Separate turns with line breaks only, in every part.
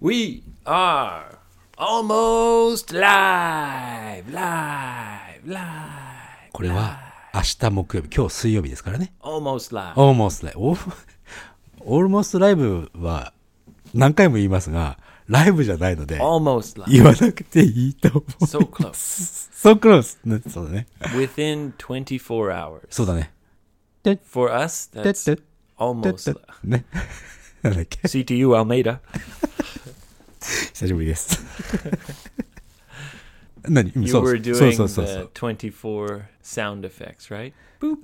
We are almost live, live, live,
これは明日木曜日、今日水曜日ですからね。
almost live.
Almost Live。オー Almost Live は何回も言いますが、ライブじゃないので、
Almost live.
言わなくていいと思う。
So close.
So close! ねそうだね。
Within 24 hours.
そうだね。
For us, that's
てって
almost live.
ね。なんだっけ
CTU Almeida.
久しぶりです。 何
You
そう
were
そう
doing
そうそうそう
the。24 sound effects, right?
プッ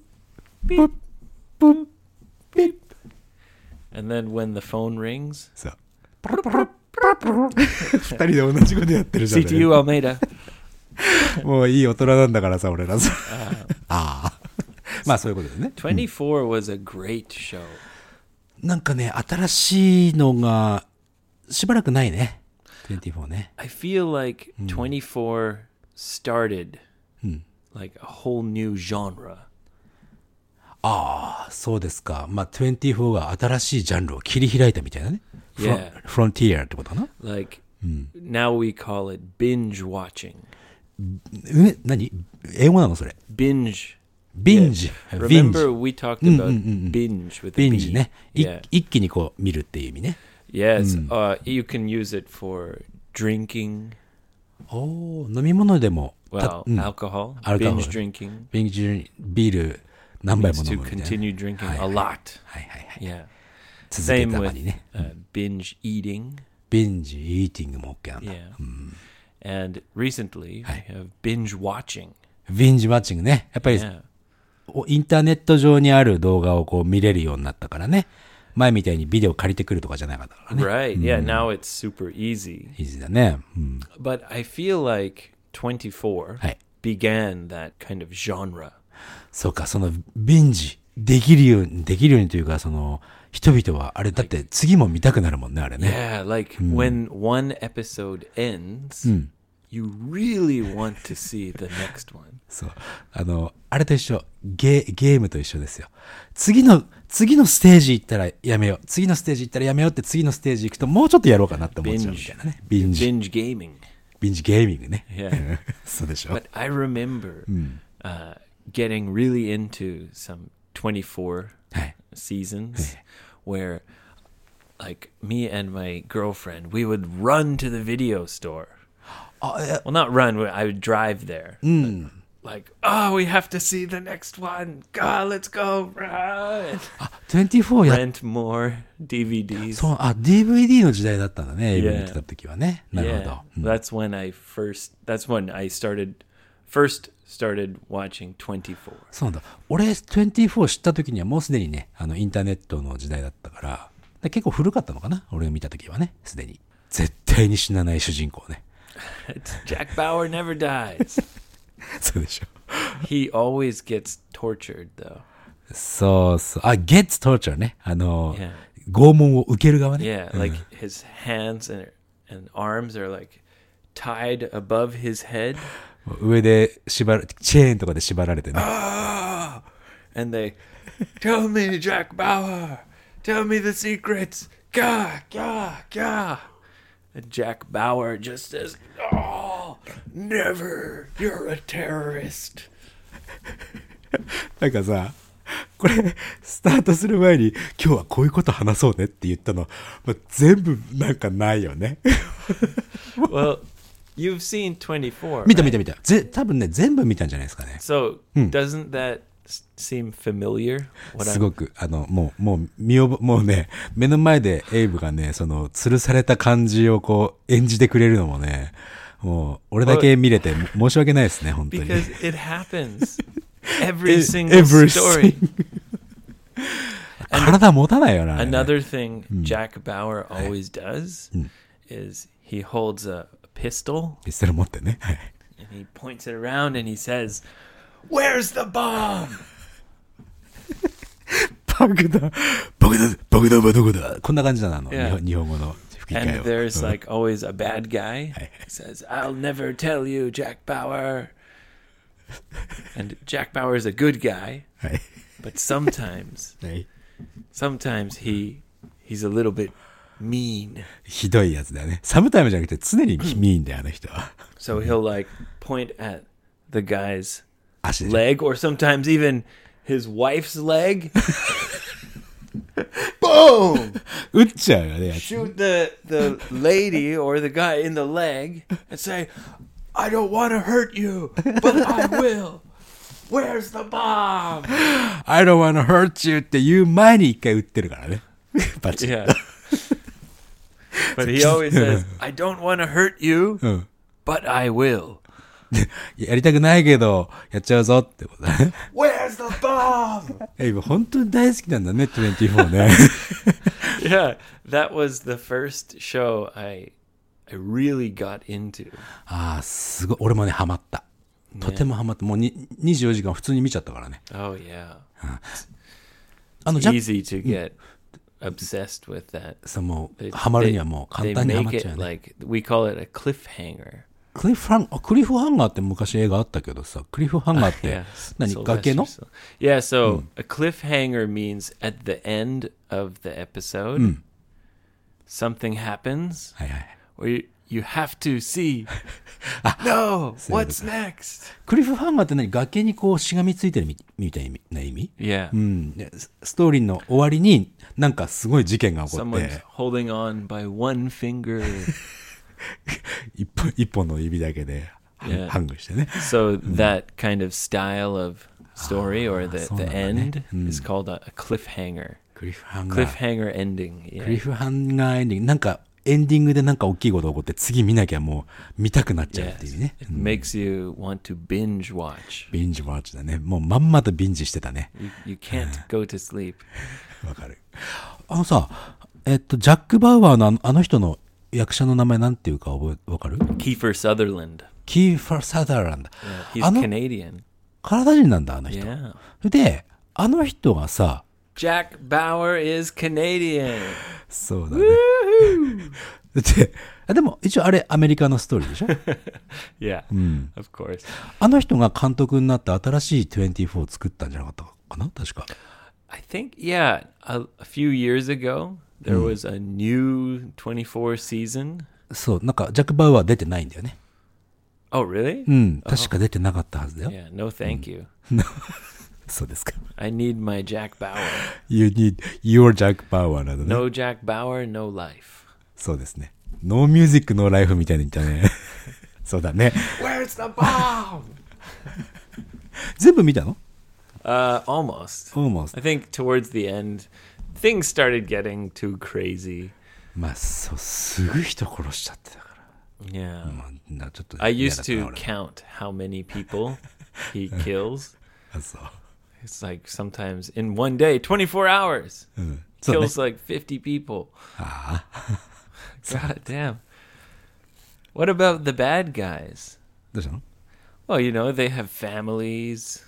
ピッ
And then when the phone rings,
そう。 二人で同じことやってるじゃん。
CTU Almeida.
もういい大人なんだからさ、俺らさ。 ああ。まあそういうことですね。
24 was a great show.
なんかね、新しいのが、しばらくないね。24ね。
I feel like 24 started like a whole new genre.
ああ、そうですか。まあ24が新しいジャンルを切り開いたみたいなね。フロン
Yeah.
フロンティアってことかな
Like now we call it binge watching.
え、何英語なのそれ。
Binge.
ビンジ。ビンジ
Remember。we talked about hmm, binge with
ビ
a
ン
B.
ジね。い
Yeah.
一気にこう見るっていう意味ね。
Yes. Uh, you can use it for drinking.
おー飲み物でも、た
Well, hmm. alcohol,
Alcohol.
binge drinking
ビンジビール何杯
means
も
to
飲むみたいな。
continue drinking a lot.
はいはいはい。
Yeah.
続け
Same
たま
with
にね。
uh, binge eating.
ビンジ、イーティングも OK なんだ。
Yeah. And recently, we have binge watching.
ビンジマッチングね。やっぱり
Yeah.
おインターネット上にある動画をこう見れるようになったからね。前みたいにビデオ借りてくるとかじゃなかったからね。
Right. Yeah. Now it's super easy.
いいだね。うん。
But I feel like 24
Hey.
began that kind of genre.
そうか、そのビンジ、できるように、できるようにというか、その、人々は、あれ、だって次も見たくなるもんね、あれね。
Yeah. Like when one episode ends, you really want to see the next one.
そう。あの、あれと一緒。ゲ、ゲームと一緒ですよ。次の、次のステージ行ったらやめよう。次のステージ行ったらやめようって、次のステージ行くと、もうちょっとやろうかなって思っちゃうみたいなね。ビンジ、
Binge gaming.
ビンジゲーミングね。
Yeah.
そうでしょ。
but I remember uh, getting really into some 24
Hey.
seasons where, like, me and my girlfriend, we would run to the video store.
あ、え
Well, not run, I would drive there. But, like, oh, we have to see the next one. God, let's go. Run.
あ、24やっ
Rent more DVDs.
そう、あ、DVD の時代だったんだね。
Yeah.
AV に来た時はね。なるほ
Yeah,
ど。うん
that's when I first. That's when I started. First started watching Twenty Four.
そうなんだ。俺、24知った時にはもうすでにね、あの、インターネットの時代だったから、だから結構古かったのかな俺が見た時はね、すでに。絶対に死なない主人公ね。
It's Jack Bauer never dies.
そうでしょ。
he always gets tortured, though.
そうそう。あ、gets torture ね。あの、
Yeah.
拷問を受ける側ね。
Yeah, like his hands and and arms are like tied above his head,
上で縛ら、チェーンとかで縛られてね。
and they tell me Jack Bauer, tell me the secrets. Gah, gah, gah. And Jack Bauer just says, "Oh, never! You're a terrorist."
なんかさ、これ、スタートする前に、今日はこういうこと話そうねって言ったの、まあ、全部なんかないよね。
Well, you've seen Twenty Four.
見た見た見た。ぜ、多分ね、全部見たんじゃないですかね。
So
Hmm.
doesn't that s- seem familiar? What
す
I'm
ごく、あの、もう、もう、見覚えもうね、目の前でエイブがね、その、吊るされた感じをこう、演じてくれるのもね、もう、俺だけ見れて、申し訳ないですね、本当に。
because it happens every single
E, Every
story.
single- 体持たないよな、あれね
Another thing Jack Bauer always does is he holds a pistol
ピストル持ってね。はい。
and he points it around and he says, "Where's the bomb?"
爆弾、爆弾、爆弾はどこだこんな感じなのあの、
Yeah.
日本日本語の吹き替え
And
は。
there's
うん
like always a bad guy who says, "I'll never tell you, Jack Bauer." And Jack Bauer is a good guy,
はい。
but sometimes
はい。
sometimes he he's a little bit mean.
ひどいやつだよね。サムタイムじゃなくて常にミーンだよ、あの人は。
So he'll like point at the guy's
足でしょ。
leg or sometimes even his wife's leg. Boom!
打っちゃうよね、やつ。
Shoot the the lady or the guy in the leg and say, "I don't want to hurt you, but I will." Where's the bomb?
I don't wanna hurt you って言う前に一回打ってるからね。バチッ
Yeah. But he always says, "I don't want to hurt you,
うん。
but I will."
やりたくないけど、やっちゃうぞってことだね。
Where's the bomb?
え、今本当に大好きなんだね、24ね。
yeah, that was the first show I I really got into.
ああ、すごい。俺もね、ハマった。とてもハマった。もうに24時間普通に見ちゃったからね。
Oh yeah.
あの、ジャック
Easy to get obsessed with that.
さんも
They-
ハマる
they-
にはもう簡
they
単にハマ
make
っちゃう
it
よね。
like we call it a cliffhanger.
クリフハンあクリフハンガーって昔映画あったけどさ、クリフハンガーって
Yes,
何、
Sylvester
崖の
Stallone. Yeah, so a cliffhanger means at the end of the episode, something happens
はいはい。
where you, you have to see. no, what's next?
クリフハンガーって何崖にこうしがみついてるみみたいな意味な意味
Yeah,
うん。でスストーリーの終わりになんかすごい事件が起こっ
someone's
て、
holding on by one finger.
一本一本の指だけでハン
Yeah.
ハングしてね。
so that kind of style of story or the,
so
the
not
end is called a, a cliffhanger.
クリフハンガー。
Cliffhanger ending. Yeah.
クリフハンガーエンディング。なんかエンディングでなんか大きいこと起こって次見なきゃもう見たくなっちゃうっていうね。
It makes you want to binge watch.
ビンジマーチだね。もうまんまとビンジしてたね。
You, you can't go to sleep.
わかる。あのさ、えっと、ジャック・バウアーのあのあの人の役者の名前なんていうか覚え、わかる
Kiefer Sutherland. Uh,
キーファー・サダーランド。
He's
あの、
Canadian.
カナダ人なんだ、あの人。
Yeah.
で、あの人がさ、
Jack Bauer is Canadian.
そうだね。で、あでも一応あれアメリカのストーリーで しょ
Yeah. Of course.
あの人が監督になって新しい24を作ったんじゃなかったかな確か。
I think yeah, a, a few years ago there was a new 24 season.
そう、なんかジャック・バウアー出てないんだよね。
Oh, really?
うん、確か出てなかったはずだよ。
Yeah, no thank you.
そうですか。
I need my Jack Bauer.
You need your Jack Bauer なのね。
No Jack Bauer, no life.
そうですね。ノーミュージック、ノーライフみたいに言ったね。 そうだね。
Where's the bomb?
全部見たの
uh, almost.
?Almost
I。think towards the end, things started getting too crazy.
まあ、そう、すぐ人殺しちゃってたから。
Yeah.
まあ、なちょっと
I
嫌
used
だったな。
to
俺
count how many people he kills.
あそう。
It's like sometimes in one day, 24 hours,
うん。そうね
kills。like 50 people. God damn. What about the bad guys?
どうしたの
Well, you know, they have families,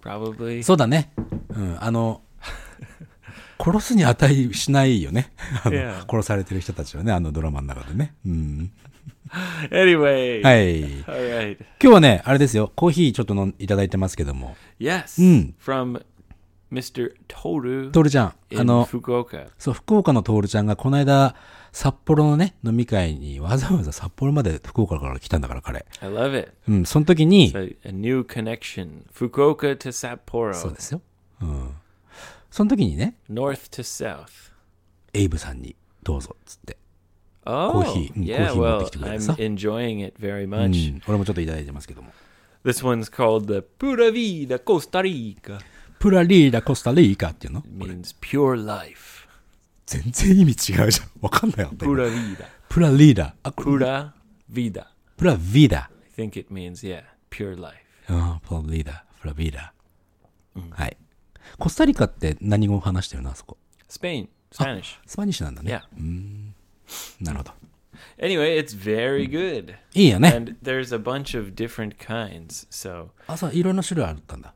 probably.
そうだね。うん、あの、殺すに値しないよね。あの
Yeah.
殺されてる人たちはね、あのドラマの中でね。うん。
anyway.
はい。今
All right.
日はね、あれですよ、コーヒーちょっと飲んいただいてますけども、
Yes. From Mr. Toru
トールちゃん、あ
in
の、
Fukuoka.
そう、福岡のトールちゃんが、この間、札幌のね、飲み会に、わざわざ札幌まで福岡から来たんだから、彼。
I love it.
うん、その時に、
A, a new connection. Fukuoka to
そう
Sapporo,
ですよ。うん。その時にね、
north to south.
エイブさんに、どうぞ、つって。
Oh,
コーヒー、うん、
yeah.
コーヒー持って
Well,
きてくれてさ。
I'm enjoying it very
う
much.
ん、俺もちょっといただいてますけども。
This one's called the Pura Vida Costa Rica.
プラリーラ・コスタリカっていうの
It means pure life.
全然意味違うじゃん。 わかんないよ。プ
Pura Vida.
ラリーラ。あ、これ
Pura Vida.
プラビーダ。
I think it means, yeah, pure life.
あプラリーダ。プラビーダ。はい。コスタリカって何語を話してるのあそこ。
Spain, Spanish.
スパニッシュなんだね。
Oh. Yeah.
なるほど。
Anyway, it's very good.
いいよね。
And there's a bunch of different kinds. So,
あ、そう、いろんな種類あったんだ。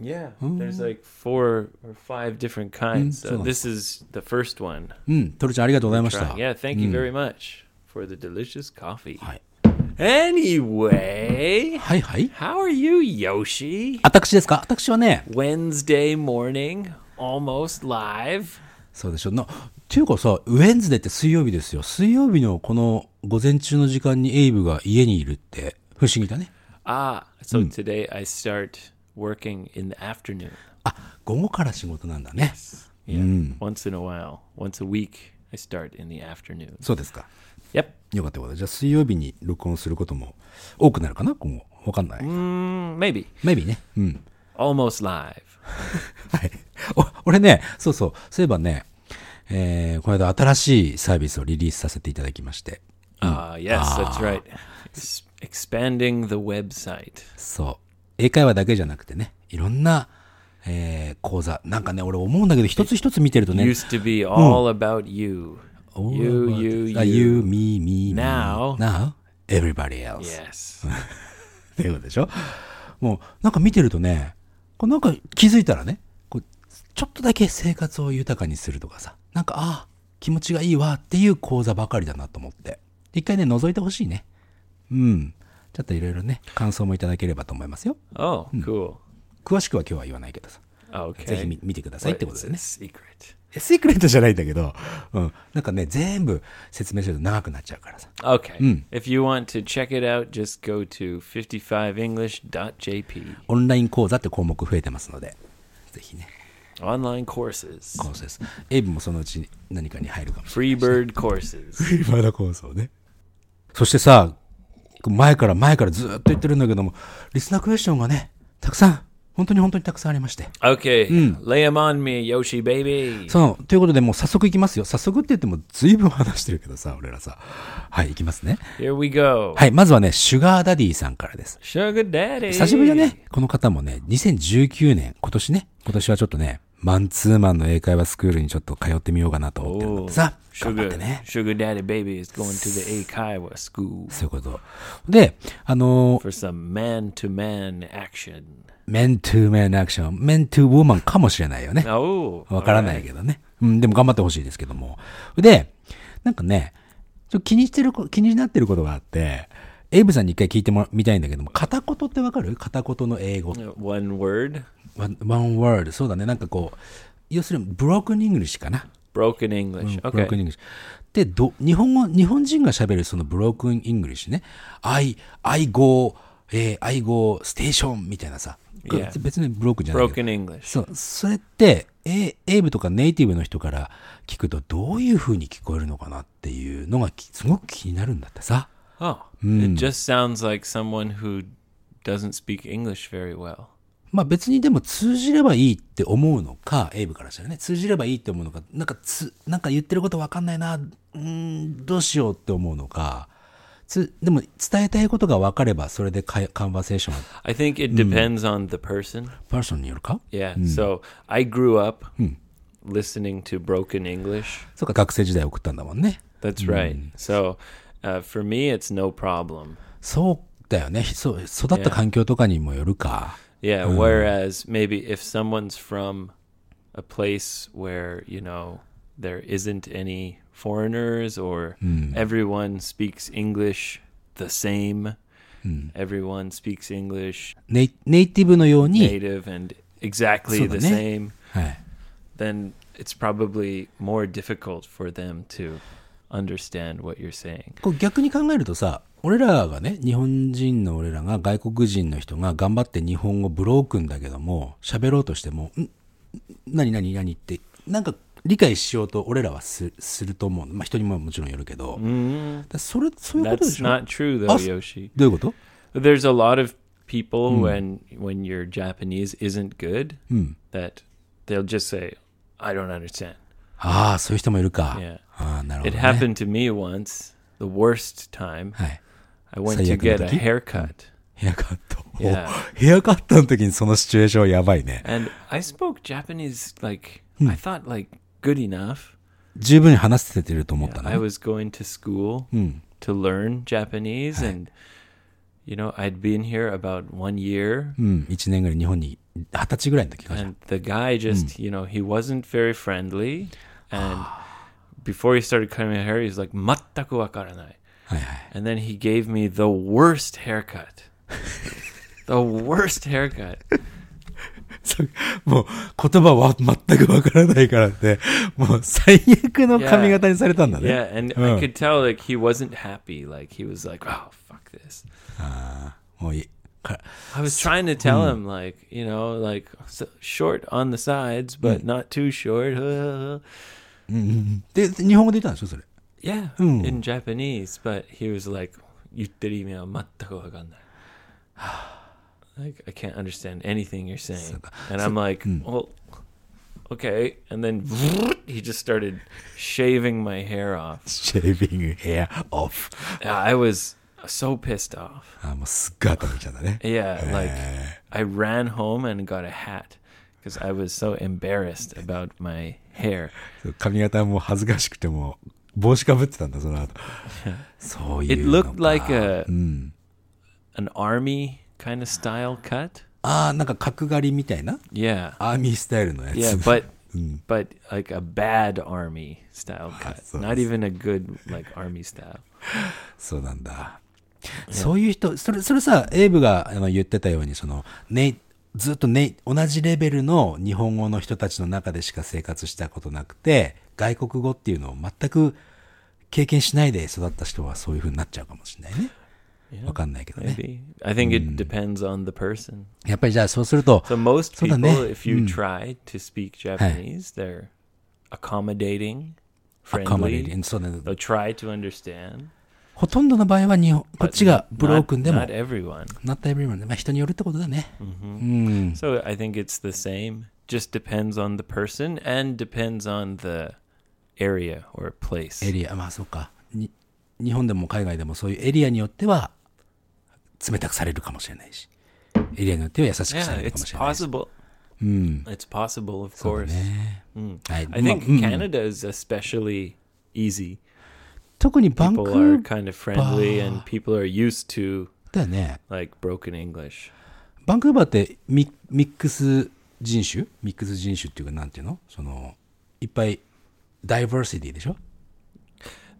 yeah, there's like four or five different kinds. So,
so-
this is the first one.
うん、トルちゃんありがとうございまし
Trying.
た。
Yeah, thank you very much for the delicious coffee.
はい。
Anyway,
はいはい。
how are you, Yoshi?
私ですか私はね、
Wednesday morning, almost live.
そうでしょなっていうかさウェンズデーって水曜日ですよ水曜日のこの午前中の時間にエイブが家にいるって不思議だね
Ah, so today I start working in the afternoon.
あ午後から仕事なんだね
Yeah. Once in a while, once a week, I start in the afternoon.
そうですか
Yep.
よかったよかったじゃあ水曜日に録音することも多くなるかな今後わかんない、
Mm, maybe.
maybe ねうん
Almost live.
はい。お俺ね、そうそう、そういえばね、えーこの間新しいサービスをリリースさせていただきまして、
Ah, yes, that's right. Ex- expanding the website.
そう、英会話だけじゃなくてね、いろんな、えー講座、なんかね、俺思うんだけど、一つ一つ見てるとね、
Used to be all about you. You, you, you.
あ ah, you, me, me, me,
Now
now, everybody else.
Yes.
っていうことでしょもうなんか見てるとねこうなんか気づいたらねこうちょっとだけ生活を豊かにするとかさなんかああ気持ちがいいわっていう講座ばかりだなと思って一回ね覗いてほしいねうんちょっといろいろね感想もいただければと思いますよ
Oh, cool.
詳しくは今日は言わないけどさ
Okay.
ぜひ見見てくださいってことで
Well,
ね
it's a secret.
えシークレットじゃないんだけど、うん、なんかね全部説明すると長くなっちゃうからさ
Okay. If you want to check it out, just go to 55english.jp.
オンライン講座って項目増えてますのでぜひね
Online courses.
コースですエイブもそのうちに何かに入るかもしれない
Freebird courses.
今田構想ね。そしてさ、前から前からずっと言ってるんだけども、リスナークエスチョンがね、たくさん、本当に本当にたくさんありまして。
Okay. Lay 'em on me, Yoshi baby.
そう、ということでもう早速いきますよ。早速って言っても随分話してるけどさ、俺らさ。はい、いきますね。
Here we go.
はい、まずはね、シュガーダディさんからです。
Sugar daddy.
久しぶりだね。この方もね、2019年、今年ね、今年はちょっとね、マンツーマンの英会話スクールにちょっと通ってみようかなと思ってるのでさ、頑張っ
Sugar,
てね。
sugar daddy baby is going to the Akaiwa school
そういうこと。で、あのー
for some man to man action.
men to men action, men to woman かもしれないよね。
Oh.
わからないけどね。うん、でも頑張ってほしいですけども。で、なんかね、ちょっと気にしてるこ、気になってることがあって、エイブさんに一回聞いてもみたいんだけども、片言ってわかる片言の英語。
One word.
one, one word. そうだね。なんかこう、要するにブロークンイングリッシュかな。
Mm, Broken English.
ブローク
Okay.
ンイングリッシュ。で、ど、日本語、日本人が喋るそのブロークンイングリッシュね。I, I go, えー I go station みたいなさ。
Yeah.
別にブロークンじゃないけど。
Broken English.
そう、それって、えエイブとかネイティブの人から聞くとどういう風に聞こえるのかなっていうのがきすごく気になるんだってさ。
Oh. It just sounds like someone who doesn't speak English very well.
まあ別にでも通じればいいって思うのか、エイブからしたらね、通じればいいって思うのか、なんかつ、なんか言ってることわかんないな、うーん、どうしようって思うのか、つ、でも伝えたいことがわかればそれでかカンバセーション、
I think it depends on the person.
パーソンによるか
Yeah. So I grew up listening to broken English.
そうか、学生時代送ったんだもんね。
That's right. So uh, for me, it's no problem.
そうだよね。そう、育った環境とかにもよるか。
Yeah. Whereas maybe if someone's from a place where, you know, there isn't any foreigners or everyone speaks English the same, everyone speaks English
ネイネイティブのように、
native and exactly the
そうだね。
same,
はい。
then it's probably more difficult for them to understand what you're saying.
こう逆に考えるとさ俺らがね日本人の俺らが外国人の人が頑張って日本語ブロークンだけども喋ろうとしても「んん何何何?」ってなんか理解しようと俺らはすすると思う、まあ、人にももちろんよるけど、だそれそういうこと
That's
でしょど
not true though,
Us-
Yoshi.
ういうこと
There's a lot of people when when your Japanese isn't good that they'll just say, "I don't understand."
ああそういう人もいるか、
Yeah.
ああなるほ
It
ど、ね、
happened to me once, the worst time.
はい
I went to get a
最悪の時？
haircut
ヘアカット、お
Yeah.
ヘアカットの時にそのシチュエーションやばいね
and I spoke Japanese like I thought like good enough.
十分に話せてると思ったの
I was going to school to learn Japanese and you know, I'd been here about 1 year
うん、1年ぐらい日本に二十歳ぐらいの時かしら
and the guy just you know he wasn't very friendly and before he started cutting my hair he's like mattaku wakaranai
はいはい
and then he gave me the worst haircut the worst haircut
そうもう言葉は全くわからないからって、もう最悪の髪型にされたんだね。
Yeah, and I
Oh.
could tell like he wasn't happy. Like he was like, "Oh, fuck this."
ああ、もういい。か
I was trying to tell him like, you know, like s short on the sides, but not too short. uh,
で、日本語で言ったんでしょ、それ。
yeah, in Japanese, but he was like, "ゆってる意味は全くわかんない." Like I can't understand anything you're saying. And I'm like, "Well, okay." And then he just started shaving my hair off.
シェービングヘアオフ。
I was so pissed off.
ああ、もうすっごい頭きちゃったね。
Yeah, like I ran home and got a hat because I was so embarrassed about my hair.
髪型も恥ずかしくてもう帽子かぶってたんだその後そうい
It
うの
looked
か
like a an army kind of style cut.
ああなんか角刈りみたいな
Yeah,
アーミースタイルのやつ
yeah, but but like a bad army style cut.
so
Not even a good like army style.
そうなんだそういう人それそれさエイブがあの言ってたようにそのネイずっとネイ同じレベルの日本語の人たちの中でしか生活したことなくて外国語っていうのを全く経験しないで育った人はそういう風になっちゃうかもしれないね
Yeah,
わかんないけどね
Maybe I think it depends on the person.
やっぱりじゃあそうすると
So eh, hmm. most
そうだね。
people, if you try to speak Japanese, they're accommodating,
アカマレ
friendly.
リそうだね
They'll try to understand.
ほとんどの場合は日本こ
but
っちがブローク
not-
ンでも
Not、everyone.
なったエブリマンで、まあ、人によるってことだね。うん。
So I think it's the same. Just depends on the person and depends on the area or place.
エリア、まあそうか。に日本でも海外でもそういうエリアによっては、冷たくされるかもしれないし、エリアによっては優しく
Yeah,
されるかも
it's
しれないし。
possible. It's possible, of
そう
course.
だね。はい。
I
まあ
think
うん
Canada is especially easy.
特にバンク
People are
ー
kind of friendly and people are used to
だよね。
like broken English.
バンクーバーってミミックス人種ミックス人種っていうか、なんていうのその、いっぱい、ダイバーシティでしょ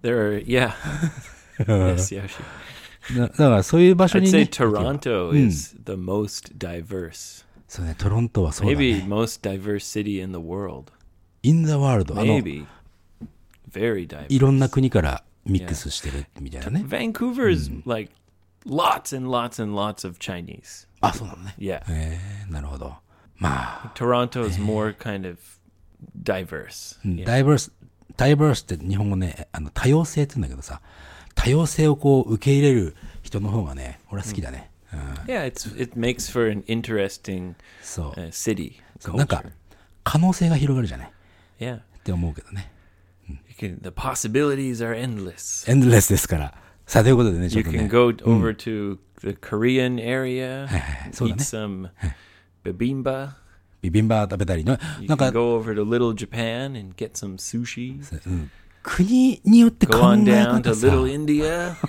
There are yeah. yes, Yoshi.
だだからそういう場所
I'd
に、
say
ね、
Toronto is the most diverse.
そうね、トロントはそうだ
Maybe
ね。
most diverse city in the world.
in the world あの
Maybe. Very diverse.
いろんな国からミックスしてるみたいなね。
Vancouver is like lots and lots and lots of Chinese.
あ、そうなのね。
Yeah.
えー、なるほど。まあ、
Toronto is more kind of diverse.
ダイバース、ダイバースって日本語ね、あの、多様性って言うんだけどさ、多様性をこう受け入れる人の方がね、俺は好きだね。うん、
Yeah, it's it makes for an interesting
そう。
uh, city
そうなんか
culture.、
可能性が広がるじゃない
Yeah.
って思うけどね。
You can, the possibilities are endless.
エンドレスですから。さあ、ということでね、ちょ
You
っと
can
ね。
go over to the Korean area,
そうだ
eat
ね。
some bibimba.
ビビンバ食べたりの、な
You
んか
can、go over to Little Japan and get some sushi.
うん国によって考
Go
え
on down
方
to
さ
Little India.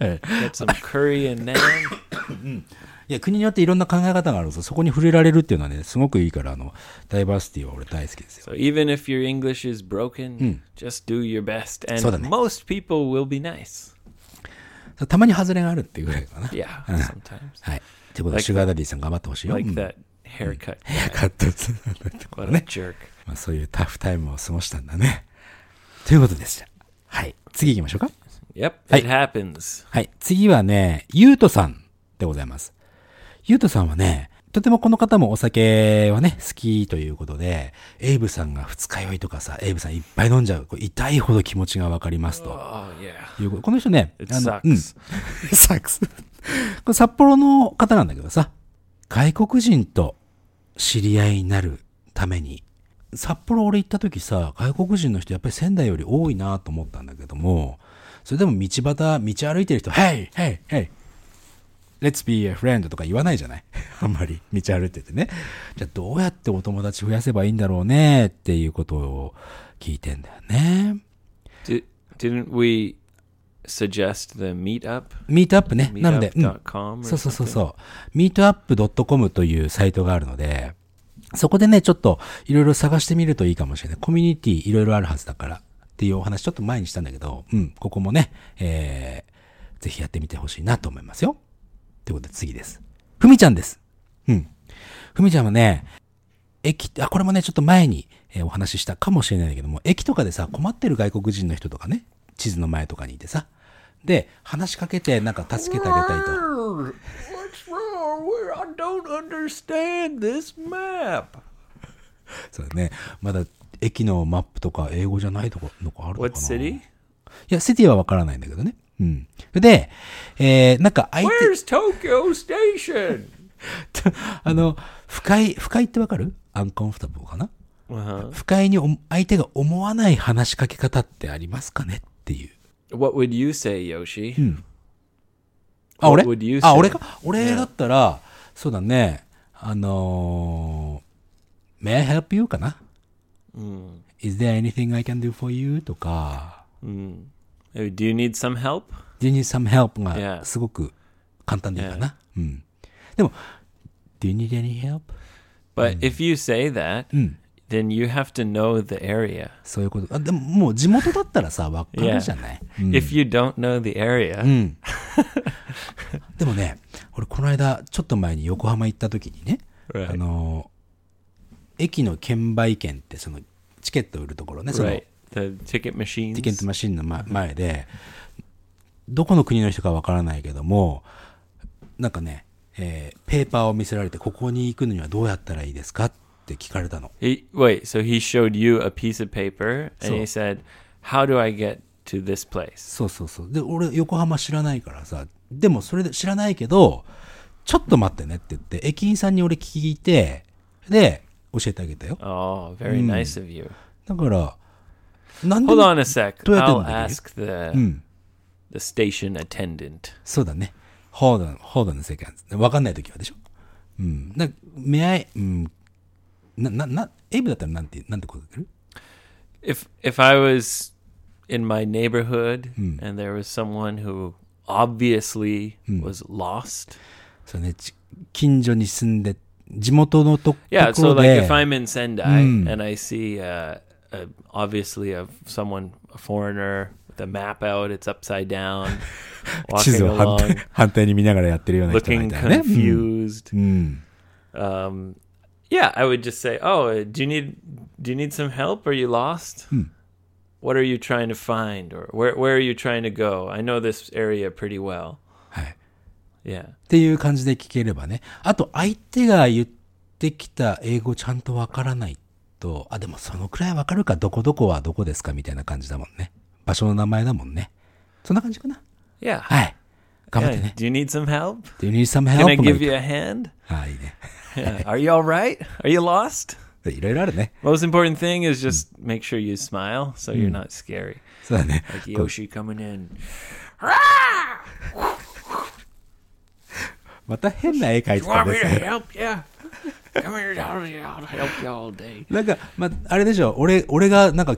get some curry and naan.
いや、国によっていろんな考え方があるんですよそこに触れられるっていうのはね、すごくいいから、あの、ダイバーシティは俺大好きですよ。
So even if your English is broken, just do your best, and
そうだね。
most people will be nice.
たまに外れがあるっていうぐらいかな。
Yeah, sometimes
はい。ということで、シュガーダディさん頑張ってほしいよ。う
like
ん
that haircut.
カットするなんて
What a jerk.
まあ、そういうタフタイムを過ごしたんだね。ということでした。はい。次行きましょうか。
Yep,
Hey.
it happens.
はい。次はね、ゆうとさんでございます。ゆうとさんはね、とてもこの方もお酒はね、好きということで、エイブさんが二日酔いとかさ、エイブさんいっぱい飲んじゃう。これ痛いほど気持ちがわかりますと。
Oh yeah,
いうことこの人ね、
it
あのうん
sucks.
サックス。これ札幌の方なんだけどさ、外国人と知り合いになるために、札幌俺行った時さ、外国人の人やっぱり仙台より多いなと思ったんだけども、それでも道端、道歩いてる人、Hey! Hey! Hey! Let's be a friend とか言わないじゃない あんまり道歩いててね。じゃあどうやってお友達増やせばいいんだろうねっていうことを聞いてんだよね。
Di- didn't we suggest the meetup?
ミートアップね。なので、うん。
Meetup.com. or
そうそうそう
something?
そう。meetup.com というサイトがあるので、そこでね、ちょっといろいろ探してみるといいかもしれない。コミュニティいろいろあるはずだからっていうお話ちょっと前にしたんだけど、うん、ここもね、えー、ぜひやってみてほしいなと思いますよ。ということで次です。ふみちゃんです。うん。ふみちゃんはね、駅、あ、これもね、ちょっと前に、えーお話ししたかもしれないんだけども、駅とかでさ、困ってる外国人の人とかね、地図の前とかにいてさ、で、話しかけて、なんか助けてあげたいと。
What's wrong? Where I don't understand this map.
そうだね。まだ駅のマップとか英語じゃないとこのかあるのかな
What city?
いや、シティはわからないんだけどね。うん。で、えー、なんか相手、
Where's Tokyo Station?
あの、不快、不快ってわかるアンコンフタブルかな
Uh-huh.
不快にお相手が思わない話しかけ方ってありますかねっていう。
What would you say, Yoshi?
あ、俺
What would you say?
あ、俺か俺だったら、そうだね。あのー、May I help you? かな、Is there anything I can do for you? とか、
Uh, Do you need some help?
Do you need some help?
Yeah.
がすごく簡単でいいかな。うん。でも、Do you need any help?
But if you say that, then you have to know the area.
そういうこと。あでももう地元だったらさ、わかるじゃない、
If you don't know the area,
Hmm. でもね、俺この間、ちょっと前に横浜行った時にね、
Right.
あの、駅の券売券ってそのチケット売るところね、その、
right? The ticket machines.
ティケットマシンのま前で、どこの国の人かわからないけども、なんかね、えーペーパーを見せられて、ここに行くのにはどうやったらいいですかって聞かれたの。
He, wait, so he showed you a piece of paper and
So-
he said, How do I get to this place?
そうそうそう。で、俺、横浜知らないからさ、でもそれで知らないけど、ちょっと待ってねって言って、駅員さんに俺聞いて、で、教えてあげたよ。
Oh, very
Hmm.
nice of you.
だから、なんで
Hold
も
on a sec.
Do I
I'll
attend the- Hmm.
ask the the station attendant.
そうだね。hold on, hold on a second. わかんないときはでしょ。うん。な、may I, うん。な、な、な、エイブだったらなんて、なんてこと言ってる
If if I was in my neighborhood
Hmm.
and there was someone who obviously
Hmm.
was lost.
そうね、ち近所に住んで、地元のと
Yeah, so
ところ
like if
で、
I'm in Sendai and I see uh, a, obviously a someone a foreigner with a map out, it's upside down,
地
walking
図を 反
along,
対反対に見ながらやってるような人がい
looking
たらね。うん。
confused.
うん、
Um, yeah, I would just say, "Oh, uh, do you need do you need some help? Are you lost? What are you trying to find, or where where are you trying to go? I know this area pretty well."
はい。
Yeah,
っていう感じで聞ければね。あと、相手が言ってきた英語ちゃんとわからないと、あ、でもそのくらいわかるか、どこどこはどこですかみたいな感じだもんね。場所の名前だもんね。そんな感じかな。
yeah.
はい。頑張って
Yeah,
ね。
Do you need some help?
Do you need some
Can I
help?
give you a hand?
あ、いいね。
Yeah. Are you all right? Are you lost?
いろいろあるね。
Most important thing is just make sure you smile so you're not scary.
そうだね。
Like Yoshi coming in.
また変な絵描いてたんですね。
help you? Come here, I'll help you all day.
なんか、ま、あれでしょ、俺、俺がなんか、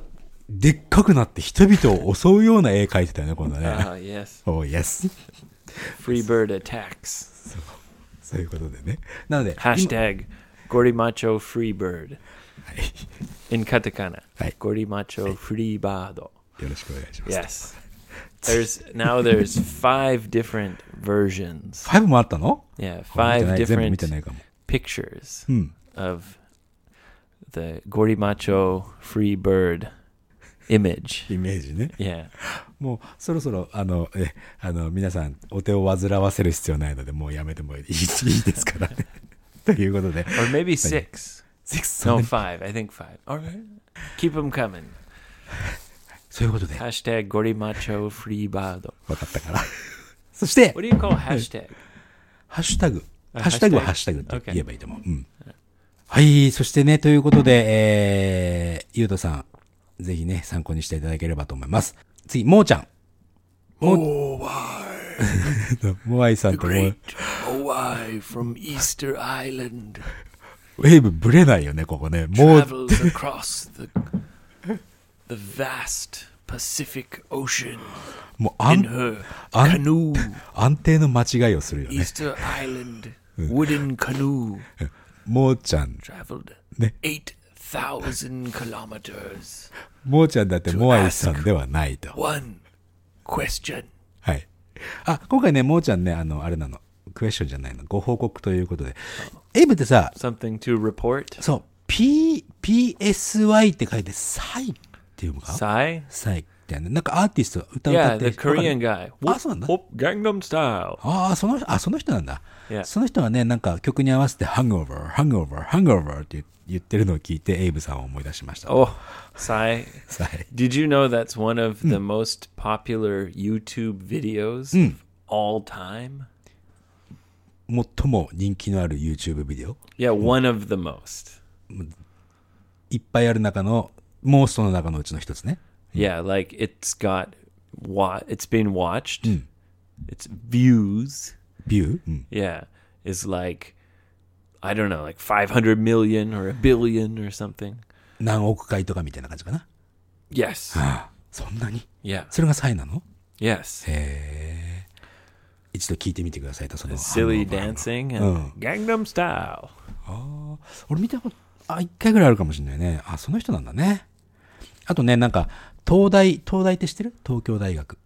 でっかくなって人々を襲うような絵描いてたよね、今度ね。
Ah, yes.
Oh, yes.
Free bird attacks.
そういうことでね。なので、今
Hashtag Gorimacho free bird.
はい。
In katakana.
Hi.
Gorimacho free bird.
よろしくお願いします。
Yes. There's now there's five different versions.
5もあったの
Yeah,
見てな
five
い全部見
different
てないかも。
pictures of the Gorimacho free bird image.
イメージね。
Yeah.
もう、そろそろ、あの、え、あの、皆さん、お手を煩わせる必要ないので、もうやめてもいいいいですから ね。ということで、
Or maybe six.
そ
No,
う
five. I think five. All right. Keep them coming.
そういうことで、
Hashtag Gorimacho free bird.
分かったから。そして
What、do you call hashtag?
ハッシュタグ。
あ
ハッシュタグはハ
ハ
ッ
ッ
シ
シ
ュ
ュ
タグ
タグ
って言えばいいと思う。うん。はい、そしてね、ということで、えー、ゆうとさん、ぜひね、参考にしていただければと思います。次、もーちゃん。 もー、もわいさんともう、ウ
Hawaii from Easter Island
ェーブぶれないよね、ここね。もう、
travels across the the vast Pacific Ocean
もう安
her
I'm-
canoe.
安定の間違いをするよね。
Easter Island wooden canoe
もーちゃん、
traveled
ね。
8,000 kilometers.
もーちゃんだってもわいさんではないと。
One question.
はい。あ、今回ね、もーちゃんね、あの、あれなの、クエスチョンじゃないの、ご報告ということで、エブってさ、
Something to report.
そう、P、PSY って書いて、サイって読むか
Psy?
サイってやんね。なんかアーティスト、歌歌
Yeah,
って
the
る人わかる
Korean guy. Whoop,
awesome, huh?
whoop, Gangnam Style.
ああ、その人、あ、その人なんだ。
Yeah.
その人がね、なんか曲に合わせて、Hangover、Hangover、Hangover って言言ってるのを聞いて、エイブさんを思い出しました。
Oh, Hmm. Psy.
サイ。
Did you know that's one of the most popular YouTube videos of all time?
最も人気のある YouTube ビデオ。
Yeah, one of the most.
いっぱいある中の、モーストの中のうちの一つね。
Yeah, like it's got wa- it's been watched. It's views.
ビュー、うん、
Yeah, is like I don't know, like 500 million or a billion or something.
何億回とかみたいな感じかな。
Yes.
ああ、そんなに
Yeah.
それがサイなの
Yes.
一度聞いてみてくださいと、その。
Silly
反応が
dancing and Gangnam Style.
俺見たこと、あ、一回ぐらいあるかもしれないね。あ、その人なんだね。あとね、なんか、東大、東大って知ってる東京大学。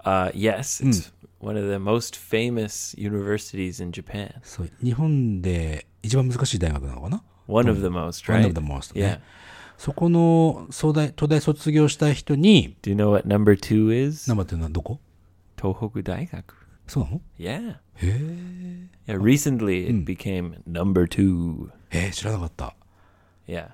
Uh, yes,
Hmm.
it's one of the most famous universities in Japan.
そう、日本で一番難しい大学なのかな
One of the most, right?
Hmm. One of the most,
Yeah.
yeah. そこの、総大、東大卒業した人に、
Do you know what number two is?
生というのはどこ
Tohoku Daigaku.
そうなの
Yeah.
へえ。Oh.
Yeah. Recently,
Hmm.
it became number two.
えー、知らなかった。
Yeah.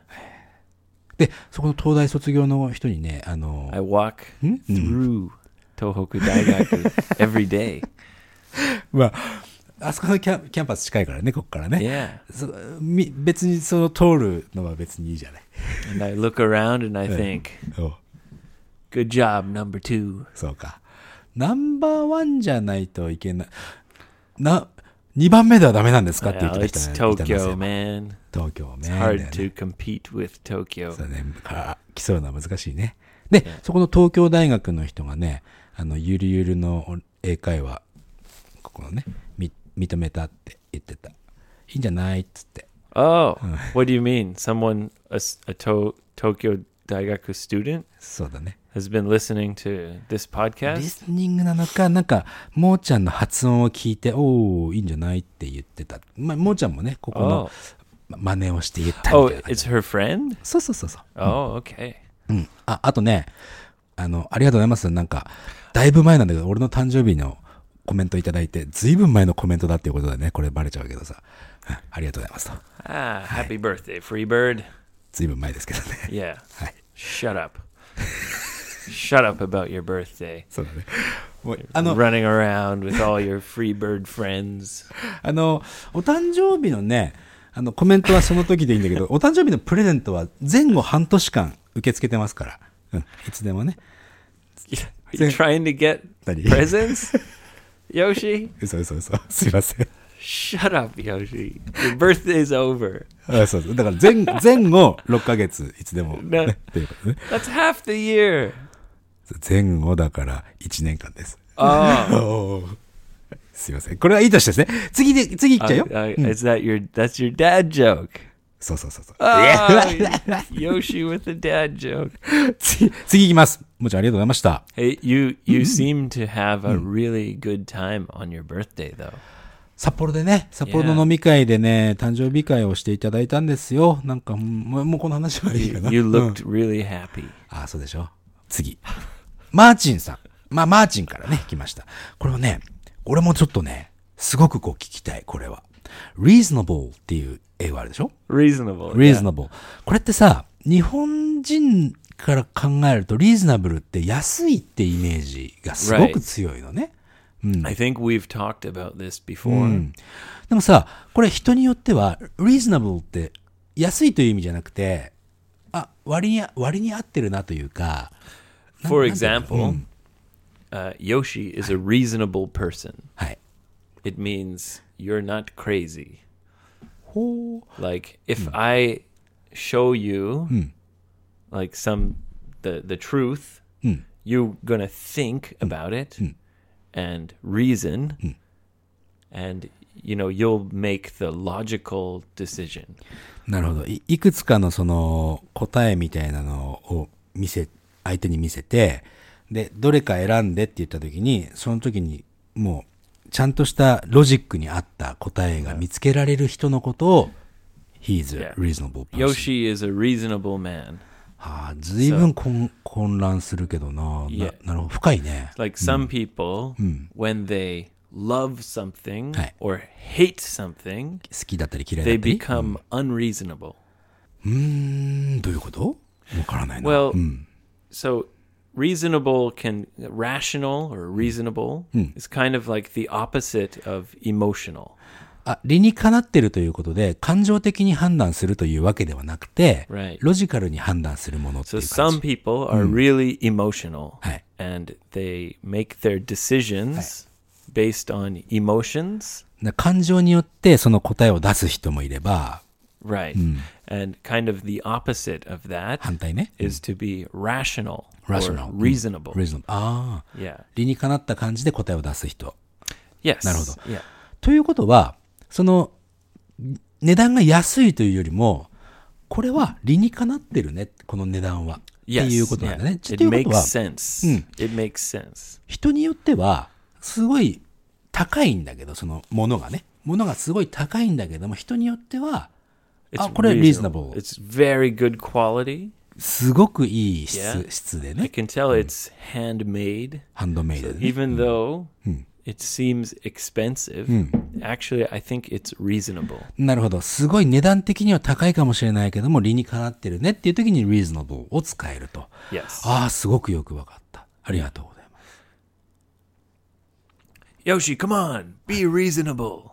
で、そこの東大卒業の人にね、あの、
I walk
Hmm.
through Tohoku Daigaku every day.
まあ、あそこのキャンキャンパス近いからね、ここからね。
Yeah.
そみ別にその通るのは別にいいじゃない。
And I look around and I think,
お
good job, number two.
そうか。ナンバーワンじゃないといけない。な、2番目ではダメなんですかって言っ
Well,
てた人
it's Tokyo,
ね。
man.
東京ね。
Hard to compete with Tokyo.
そうね、か競うのは難しいね。で、そこの東京大学の人がね、あの、ゆるゆるの英会話、ここのね、み認めたって言ってた。いいんじゃないっつって。
Oh, what do you mean? Someone, a, s- a to- Tokyo Daigaku student,
そうだね。
has been listening to this
リ
podcast?
スニングなのか、なんか、もーちゃんの発音を聞いて、おおいいんじゃないって言ってた。まあ、もーちゃんもね、ここの
Oh,
ま真似をして言ったみ
oh,
たいな感じ。
it's her friend?
そうそうそうそう。
Oh, okay.
うん。あ、あとね、あの、ありがとうございます。なんか、だいぶ前なんだけど、俺の誕生日のコメントいただいて、ずいぶん前のコメントだっていうことでね、これバレちゃうけどさ、うんありがとうございますと。
Ah, happy birthday, Freebird.
ずいぶん前ですけどね。
Yeah.
Hi.
Shut up. Shut up about your birthday.
そうだね。もう、あの、
Running around with all your Freebird friends.
あの、お誕生日のね、あの、コメントはその時でいいんだ けど、お誕生日のプレゼントは前後半年間受け付けてますから、うん、いつでもね。
Are you trying to get
Daddy.
presents? Yoshi?
嘘嘘嘘。 すいません。
Shut up, Yoshi. Your birthday's over.
あそうそう。だから前、前後6ヶ月、いつでも、
ね
ね。っていうことね。
That's half the year.
前後だから1年間です。
Oh.
おーすいません。これはいいとしてですね。次で、次行っちゃうよ。
I- I- Is that your that's your dad joke?
そうそうそうそう。
Oh, Yoshi with the dad joke.
次、次行きます。もちろんありがとうございました。
Hey, you you seem to have a really good time on your birthday though.
札幌でね、札幌の飲み会でね、誕生日会をしていただいたんですよ。なんか、もうもうこの話はいいかな。
You
うん
looked really happy.
あ、そうでしょ。次。マーチンさん。まあ、マーチンからね、来ました。これはね、俺もちょっとね、すごくこう聞きたい、これは。reasonable っていう英語あるでしょ
Reasonable. yeah.
reasonable、これってさ日本人から考えるとリーズナブルって安いってイメージがすごく強いのね、
I think we've talked about this before.
でもさこれ人によってはリーズナブルって安いという意味じゃなくてあ割に割に合ってるなというか
For example,
Hmm.
uh, Yoshi is a reasonable person.
はい
It means you're not crazy.
ほう
Like if I show you like some the the truth, you're gonna think about it and reason, and you know you'll make the logical decision.
なるほどいいくつかのその答えみたいなのを見せ相手に見せてでどれか選んでって言った時にその時にもうちゃんとしたロジックに合った答えが見つけられる人のことを He's
Yeah.
a reasonable person.
Yoshi is a reasonable man.
はあ、ずいぶん混混乱するけどな。な
Yeah.
なるほど。深いね。
Like some people, when they love something
Hi.
or hate something,
好きだったり嫌いだ
they
ったり。
become unreasonable.
うーん、どういうことわからないな。
Well, so reasonable can rational or reasonable is kind of like the opposite of emotional,
あ理にかなってるということで、感情的に判断するというわけではなくて、
right?
ロジカルに判断するものってい
So
う感
some
じ。
people are really emotional
はい。
and they make their decisions based on emotions,
だ感情によってその答えを出す人もいれば、
right? And kind of the opposite of that
反対ね。
is to be rational,
Rational. Hmm.
or reasonable.
reasonable ああ、
yeah.
理にかなった感じで答えを出す人。
Yes.
なるほど。
Yeah.
ということは、その、値段が安いというよりも、これは理にかなってるね、この値段は。
Yes.
っていうことなんだ
yeah.
ね。ちょ
It
というこ
makes
とは、
sense. It makes sense.
人によっては、すごい高いんだけど、そのものがね。ものがすごい高いんだけども、人によっては、
It's
あ、これ
Oh, reasonable.
reasonable。
It's very good quality.
すごくいい質
Yeah. Hmm.
質で
I
ね、
can tell it's handmade.
ハンドメイドでね。
even though it seems expensive, actually, I think it's reasonable.
なるほど。すごい値段的には高いかもしれないけども、理にかなってるねっていう時に reasonable を使えると。
Yes.
ああ、すごくよくわかった。ありがとうございます。
Yoshi, come on, be reasonable.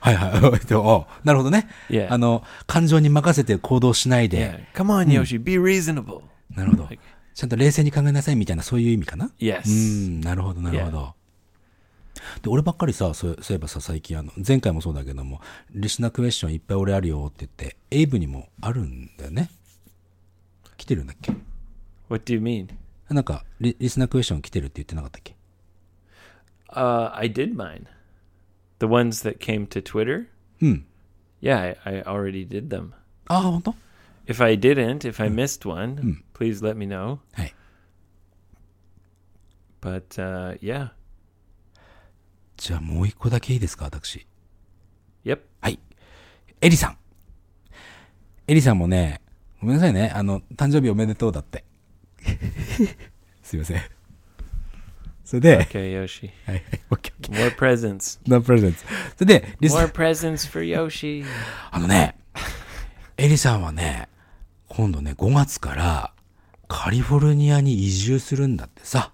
はいはい。え っとあなるほどね。
Yeah.
あの、感情に任せて行動しないで、
Yeah, Hmm. come on, Yoshi, be reasonable.
なるほど。ちゃんと冷静に考えなさいみたいな、そういう意味かな。
Yes.
うん、なるほど、なるほど。で、俺ばっかりさ、そうそういえばさ、最近、あの、前回もそうだけども、リスナークエスチョンいっぱい俺あるよって言って、エイブにもあるんだよね。来てるんだっけ
What do you mean?
なんかリ、リスナークエスチョン来てるって言ってなかったっけ
Uh, I did mine. The ones that came to Twitter?
Hmm.
Yeah, I, I already did them.
ああ、ほんと
If I didn't, if I missed one, please let me know.
はい。
But uh, yeah,
じゃあもう一個だけいいですか、私。
yep.
はい。エリさん。エリさんもね、ごめんなさいね。あの、誕生日おめでとうだ って。すいません。それで、
Okay, Yoshi.
はいはい、オッケーオ
More
ッケ
presents.
ー。ノープレゼンツ。それで、リス
More presents for Yoshi.
あのね、エリさんはね、今度ね、5月からカリフォルニアに移住するんだってさ。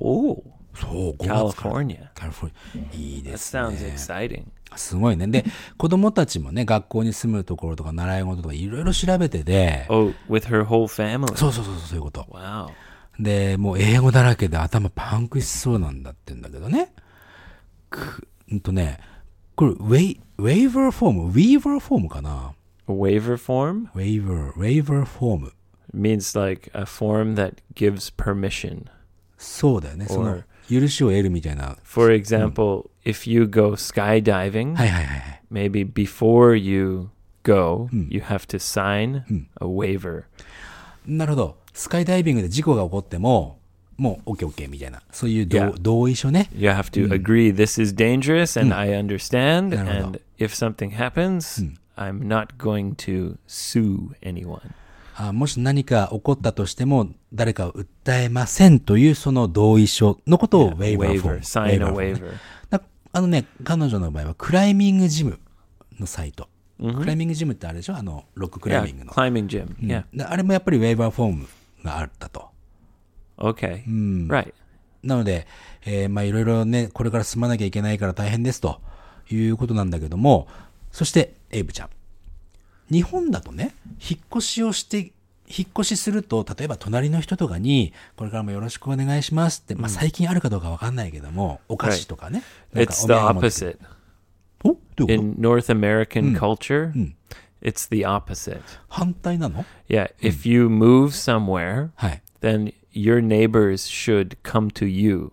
Oh,
そう、5月から。
California.
カリフォルニア。いいで
That
すね。
sounds exciting.
すごいね。で、子供たちもね、学校に住むところとか習い事とかいろいろ調べてて、
Oh, with her whole family.
そうそうそうそう、そういうこと。
Wow.
で、もう英語だらけで頭パンクしそうなんだって言うんだけどね。く、うんとね、これ、ウェイ、ウェイバーフォーム、ウィーバーフォームかな
A waiver form
ウェイバー、ウェイバーフォーム。
means like a form that gives permission.
そうだよね。その
Or-、
許しを得るみたいな。
For example, if you go skydiving,
はいはいはいはい。
maybe before you go, you have to sign a waiver.
なるほど。スカイダイビングで事故が起こっても、もう、オッケーオッケーみたいな。そういう同
Yeah.
同意書ね。
You have to agree this is dangerous and I understand.
なるほど。
And if something happens, I'm not going to sue anyone.
あもし何か起こったとしても誰かを訴えませんというその同意書のことをウェイバーフォ
Waiver,
ー
sign a
ム。waiver form ね
waiver.
だあのね、彼女の場合はクライミングジムのサイト。クライミングジムってあれでしょあの、ロッククライ
Yeah,
ミングの。
climbing gym. Yeah.
であれもやっぱりウェイバーフォームがあったと。
Okay. Right.
なので、えーまあいろいろね、これから進まなきゃいけないから大変ですということなんだけども、そして、エイブちゃん。日本だとね、引っ越しをして、引っ越しすると、例えば隣の人とかに、これからもよろしくお願いしますって、まあ最近あるかどうかわかんないけども、お菓子とかね。なんか
It's the
お土産持って
opposite.
おどういうこと
In North American culture, it's the opposite.
反対なの
Yeah, if you move somewhere,
はい。
then your neighbors should come to you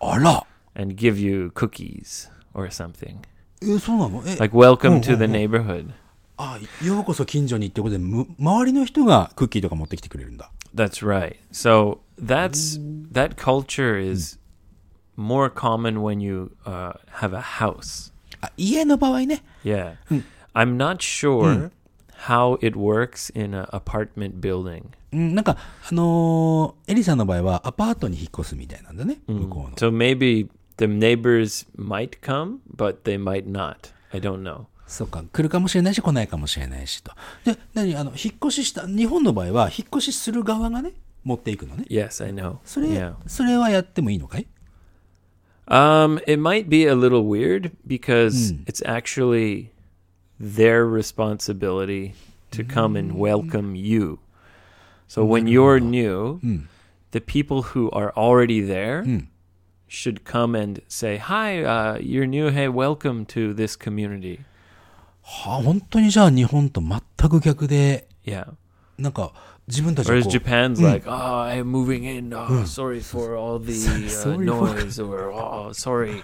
あら
and give you cookies or something.
え、そうなのえ、
Like welcome to the neighborhood.
あ、ようこそ近所にってことで、む周りの人がクッキーとか持ってきてくれるんだ。
That's right. So that's that culture is more common when you uh, have a house.
あ家の場合ね
Yeah. I'm not sure how it works in an apartment building.
うん、なんか、あのーエリさんの場合はアパートに引っ越すみたいなんだね、向こうの。
So maybe the neighbors might come, but they might not. I don't know.
そうか、来るかもしれないし、来ないかもしれないしと。で、何、あの、引っ越しした、日本の場合は、引っ越しする側がね、持っていくのね。
Yes, I know.
それ、
yeah.
それはやってもいいのかい
Um, it might be a little weird because
Hmm.
it's actually their responsibility to come
Hmm.
and welcome you. So when you're new,
Hmm.
the people who are already there should come and say, "Hi, uh, you're new. Hey, welcome to this community."
はあ、本当にじゃあ日本と全く逆で、
Yeah.
なんか、自分たちが
Whereas
こう
Japan's like, "Oh, I'm moving in. Oh, sorry for all the uh,
Hmm. Sorry for-
noise," or "Oh, sorry."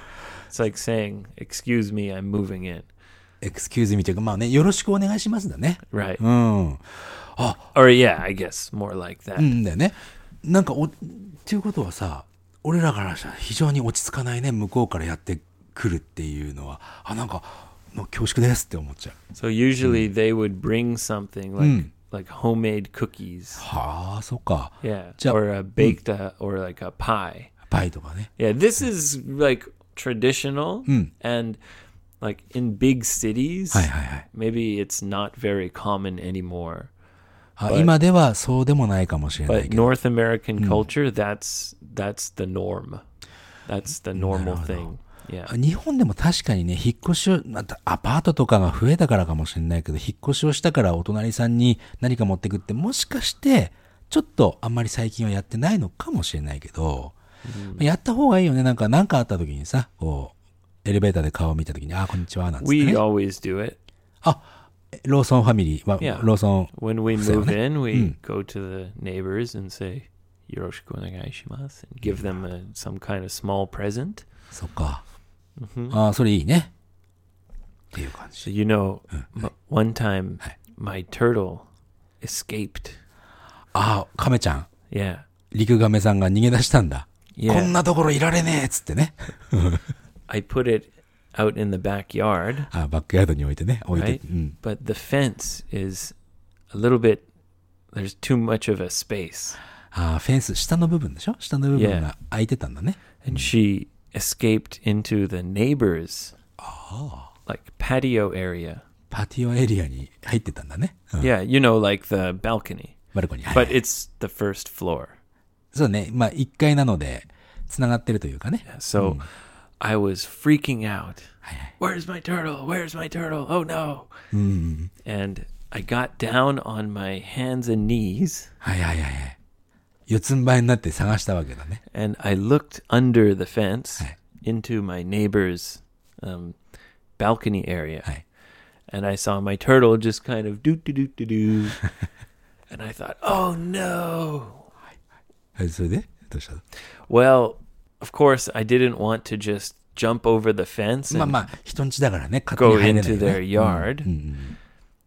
It's like saying, "Excuse me, I'm moving in."
excuse me というか、まあね、よろしくお願いしますだね。
Right.
うん。
Or yeah, I guess more like that.
うんだよね。なんかお、っていうことはさ、俺らからしたら非常に落ち着かないね、向こうからやってくるっていうのは、あ、なんか、もう恐縮ですって思っちゃう。
So usually they would bring something like like homemade cookies.
はあ、そうか。
Yeah.
Ja-
or a baked uh, or like a pie.
パイとかね。
Yeah, this is like traditional and like in big cities
はいはいはい。
maybe it's not very common anymore.
あ今ではそうでもないかもしれない
But
けど。
North American culture that's that's the norm. That's the normal thing. Yeah.
日本でも確かにね、引っ越しを、またアパートとかが増えたからかもしれないけど、引っ越しをしたからお隣さんに何か持ってくって、もしかして、ちょっとあんまり最近はやってないのかもしれないけど、やった方がいいよね。なんか、なんかあった時にさ、こう、エレベーターで顔を見た時に、あ、こんにちは、なんつって、
We
ね。
always do it.
あ、ローソンファミリーは、
Yeah.
ローソン
When we
So,
move in, we go to the neighbors and say "Yoroshiku onegaishimasu" and give them a, some kind of small present.
そっか。ああ、それいいね。っていう感
So
じ。
you know, m- one time my turtle escaped.
ああ、亀ちゃん、
Yeah,
陸亀さんが逃げ出したんだ。こん
yeah.
なところいられねえっつってね。
I put it out in the backyard,
あバックヤードに置いてね。置いて。
Right.
うん。
but the fence is a little bit. There's too much of a space,
あフェンス、下の部分でしょ下の部分が空いてたんだね。
and she escaped into the neighbors' like patio area.
パティオエリアに入ってたんだね。うん、
Yeah, you know, like the balcony.
バルコニー。はい
but it's the first floor.
そうね。まあ、1階なので、繋がってるというかね。
So I was freaking out.
はいはい。
Where's my turtle? Where's my turtle? Oh no. And I got down on my hands and knees
はいはいはいはい。四つん這いになって探したわけだね。
and I looked under the fence
Hey.
into my neighbor's um, balcony area.
Hey.
And I saw my turtle just kind of doo doo doo doo doo. and I thought, oh no.
はい、それでどうしたの
Well, of course, I didn't want to just jump over the fence
まあ
and
まあ、人んちだからね、勝手
go
に入れない、
into
ね。
their yard.
うんうん、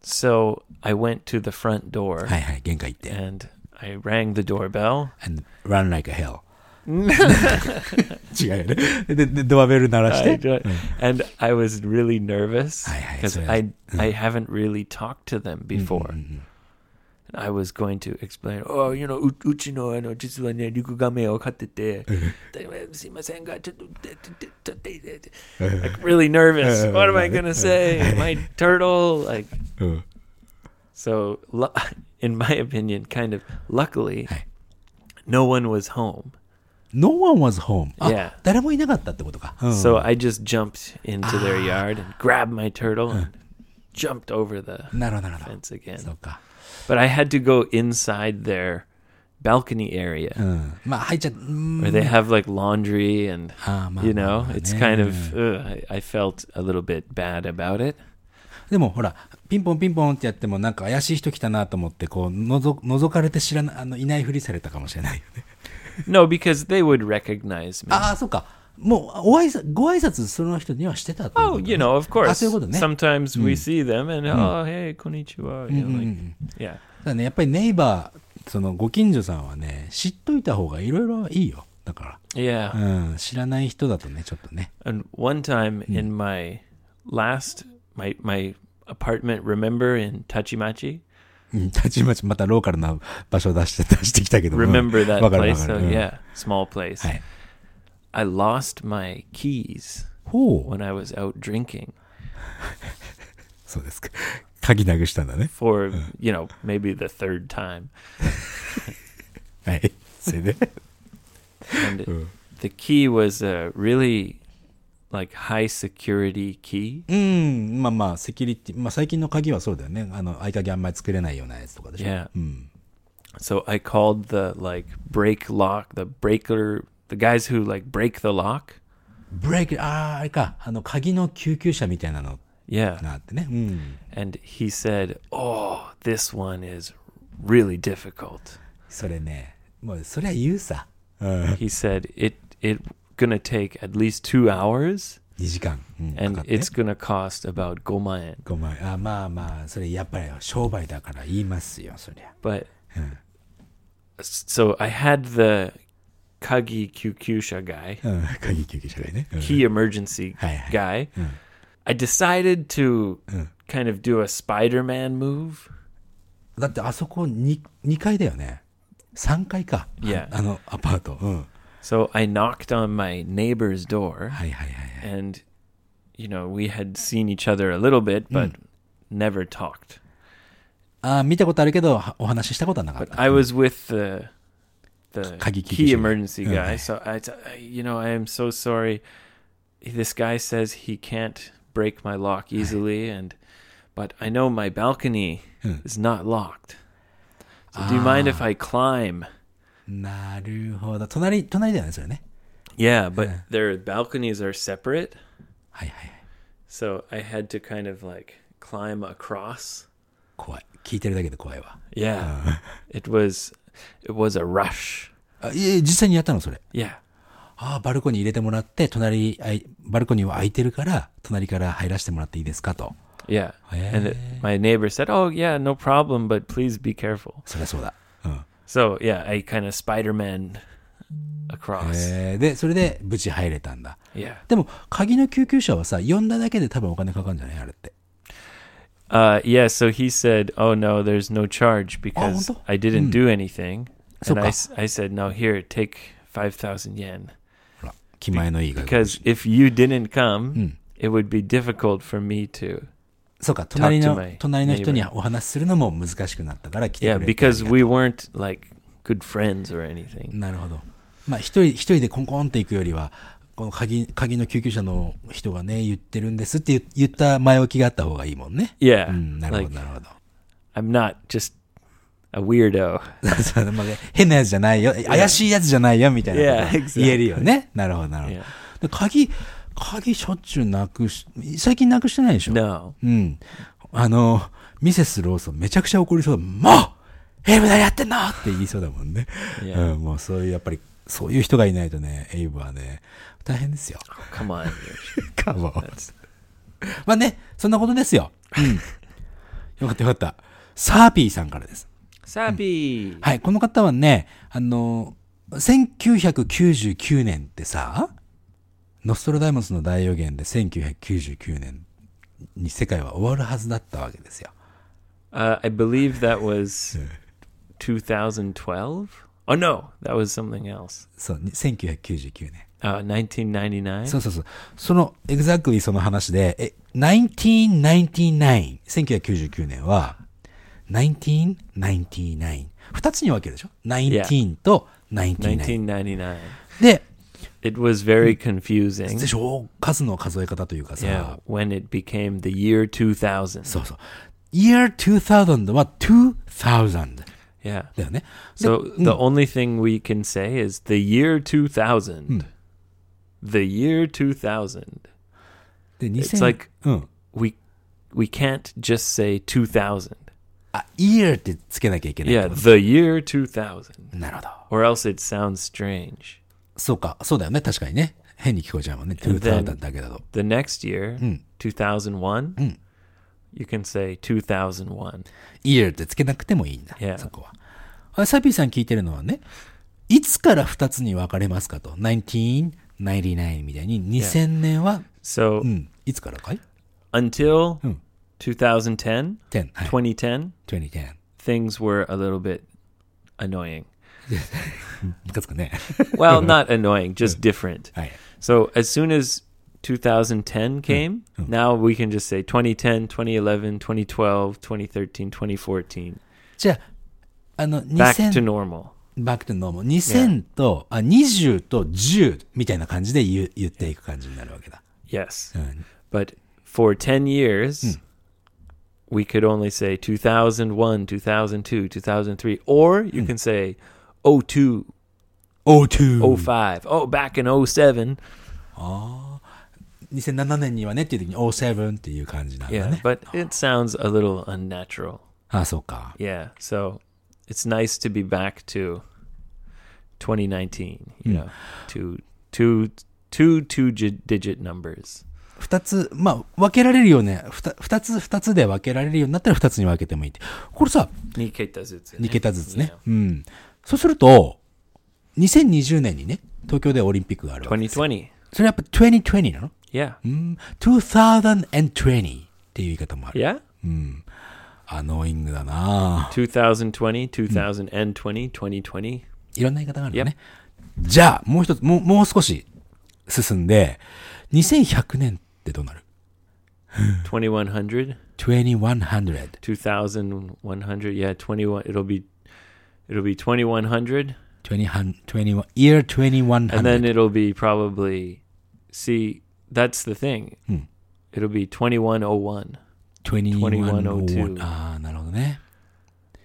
So I went to the front door
はいはい、玄関行って。
and I rang the doorbell.
and run like a hell. 違うよね。で、でドアベル鳴らし
I
て。
do- and I was really nervous
Aye, aye,
because
so-
I I haven't really talked to them
mm,
before. And I was going to explain, oh, you know, u- うちのあの実はね、陸亀を飼ってて、ですいませんが、ちょっと、でででででで like really nervous. What am I gonna say? My turtle, like
うん。
so. lu- In my opinion, kind of luckily,
Aye.
no one was home.
No one was home. あ、
Yeah.
誰もいなかったってことか。うん
So I just jumped into their yard and grabbed my turtle and jumped over the
なるほど、なるほど。
fence again.
そうか。
But I had to go inside their balcony
う
area
ん。まあ、入っちゃっ、うーん
where they have like laundry and
あーまあ
you
まあ
know
まあ
it's
ね
kind of ugh, I, I felt a little bit bad about it.
でもほら、ピンポンピンポンってやっても、なんか怪しい人来たなと思って、こう、のぞ、覗かれて知らな、あの、いないふりされたかもし れないよね。
No, because they would recognize me.
ああ、そうか。もう、お挨拶、ご挨拶その人にはしてたってこと
Oh,
ね
you know, of
あ、
course.
そういうことね。
Sometimes we see them and oh, hey, konnichiwa. You know, like, yeah.
ただね、やっぱりネイバー、そのご近所さんはね、知っといた方がいろいろいいよ。だか
Yeah.
ら、うん、知らない人だとねちょっとね
And one time in my last my my apartment, remember in Tachimachi,
うんたちまちまたローカルな場所出して 出してきたけども
remember that
わかるわ
place?
か
So
る、うん
yeah, small place.
はい
I lost my keys
ほう
when I was out drinking
そうですか鍵なくしたんだね
for you know maybe the third time,
はいそ れで
and it-
うん
the key was a really like high security key.
うんまあまあセキュリティまあ最近の鍵はそうだよねあの合鍵あんまり作れないようなやつとかでしょ、
Yeah.
うん
So I called the like break lock, the breaker, the guys who like break the lock.
ブレイクあーあれかあの鍵の救急車みたいなの
Yeah.
があってね、うん、
And he said, Oh, this one is really difficult.
それねもうそりゃ言うさ、うん、2
He said, It it gonna take at least two hours
時間、うん、
and
かかって
it's gonna cost about gomaen.
ごめんあまあまあそれやっぱり商売だから言いますよそりゃ
But so I had the Kagi Kyukusha guy,
うん鍵救急車がね、うん
key emergency
Hi, hi.
guy.
Mm.
I decided to
Mm.
kind of do a Spider Man move.
だってあそこ 2, 2階だよね3階か、
Yeah.
あのアパート、うん、はい
So I knocked on my neighbor's door.
はいはいはい
and you know we had seen each other a little bit but never talked
あー見たことあるけどはお話ししたことはなかっ
but
た
i was with the the
Kagi
key
Kikuchi.
emergency
Yeah.
guy so i t- I- you know i am so sorry this guy says he can't break my lock easily and but i know my balcony is not locked so do you mind if i climb
なるほど隣隣だよねそれね
yeah but their balconies are separate
はいはいはい
so i had to kind of like climb across
怖い聞いてるだけで怖いわ
Yeah. it was it was a rush.
あいえ実際にやったのそれ
Yeah.
ああバルコニー入れてもらって隣あいバルコニーは空いてるから隣から入らせてもらっていいですかと
Yeah. And it,
Hey.
my neighbor said, "Oh, yeah, no problem, but please be careful."
そりゃそうだ、うん、
So, yeah, I kind of Spider-Man across.
えーでそれで無事入れたんだ
Yeah.
でも鍵の救急車はさ呼んだだけで多分お金かかるんじゃないあれって
Uh yeah, so he said, "Oh no, there's no charge because
wonderful.
I didn't do anything." And I,
Suka.
s- I said, "No, here, take 5,000 yen
ほら気前のいいが
because if you didn't come,
うん
it would be difficult for me to."
そうか
Talk
隣
to
の
my
隣の人にお話しするのも難しくなったから来て
Yeah,
くれってあり
because
が
we weren't like good friends or anything.
なるほどまあ一人一人でコンコンって行くよりはこの鍵鍵の救急車の人がね言ってるんですって言言った前置きがあった方がいいもんね
Yeah.
うんなるほ
like,
どなるほど
I'm not just a weirdo.
そうまあね変なやつじゃないよ、怪しいやつじゃないよみたいなこと
Yeah, exactly.
言えるよね。なるほど、なるほど
Yeah.。
で鍵、鍵しょっちゅうなくし、最近なくしてないでしょ。
No.
うん。あの、ミセスローソンめちゃくちゃ怒りそうだ。もうエイブ何やってんのって言いそうだもんね。
Yeah.
うん、もうそういう、やっぱり、そういう人がいないとね、エイブはね、大変 ですよ。
Come on. Yoshi.
かも。
That's,
まあね、そんなことですよ。うん。よかったよかった。サーピーさんからです。
Sappy.
はい、この方はね、あの、1999年ってさ、ノストラダイモスの大予言で1999年に世界は終わるはずだったわけですよ。
Uh, I believe that was 2012. Oh no, that was something else.
そう、に1999年。
Uh, 1999.
そうそうそう。その、エグザクリその話で、え、1999、1999年は、1999。二つに分けるでしょ ?19 と99。
1999.
で、
It was very confusing.
でしょ数の数え方というかさ、
Yeah, when it became the year 2000.
そうそう。year 2000は2000
yeah.
だよね。で
So
うん
the only thing we can say is the year 2000. The year 2000.
で
It's
2000、
like
うん。
we we can't just say 2000.
あ、year ってつけなきゃいけない
Yeah,
ってこと。
the year 2000.
なるほど。
Or else it sounds strange.
そうか、そうだよね。確かにね。変に聞こえちゃうもんね。
And then-
2000だけだと。
The next year, 2001,
Mm.
you can say 2001.
year ってつけなくてもいいんだ。
Yeah.
そこは。あサビーさん聞いてるのはね、いつから2つに分かれますかと1999みたいに2000年は、
So
うん、いつからかい
until
うん
2010,
10、はい、
2010,
2010
things were a little bit annoying.
ムカつくね
Well, not annoying, just different.
はい
So as soon as 2010 came, now we can just say 2010, 2011, 2012, 2013, 2014.
じゃああの
Back to
2000
normal.
バックとノーマル2000と、あ20と10みたいな感じで言う言っていく感じになるわけだ、
Yes.
うん
But for 10 years, we could only say 2001, 2002, 2003, or you can say 02,
02
05, oh, back in 07.
2007年にはねっていう時に07っていう感じなんだ
Yeah.
ね、
But it sounds a little unnatural.
ああそうか
Yeah. So it's nice to be back to 2019, you know, to two, two two gi- digit numbers.
二つ、まあ、分けられるよね。ふた二つ、二つで分けられるようになったら二つに分けてもいいって。これさ、2
2
桁ずつね。うん。そうすると、2020年にね、東京でオリンピックがあるわけ。
2020.
それやっぱ2020なの
Yeah.
うん。2020っていう言い方もある。
Yeah.
アノーイングだなぁ Hmm.
2020, 2020, 2020.
いろんな言い方があるのね。じゃあ、もう一つ、もう、もう少し進んで、2100年ってどうなる
2100
?2100。
2100 yeah 21 it'll be it'll be 2100
2100 21 year 2100.
and then it'll be probably see that's the thing
Hmm.
it'll be 2101
2102
2102
ああなるほどね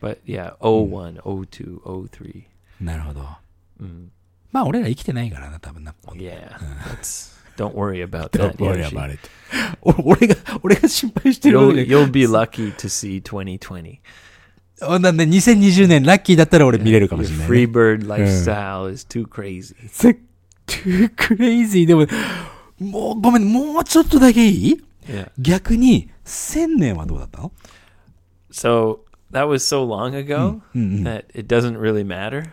but yeah
Hmm.
01 02 03
なるほど、まあ俺ら生きてないからな多分な この
mm, yeah that's don't worry about
Don't
that
worry
Yoshi.
about it お俺が俺が心配してるわ
you'll,
け
you'll be lucky to see 2020
おなんで2020年ラッキーだったら俺見れるか
your
もしれない、ね、
free bird lifestyle is too crazy
せ too crazy でももうごめんもうちょっとだけいい
yeah
逆に1000年はどうだったの
so that was so long ago that it doesn't really matter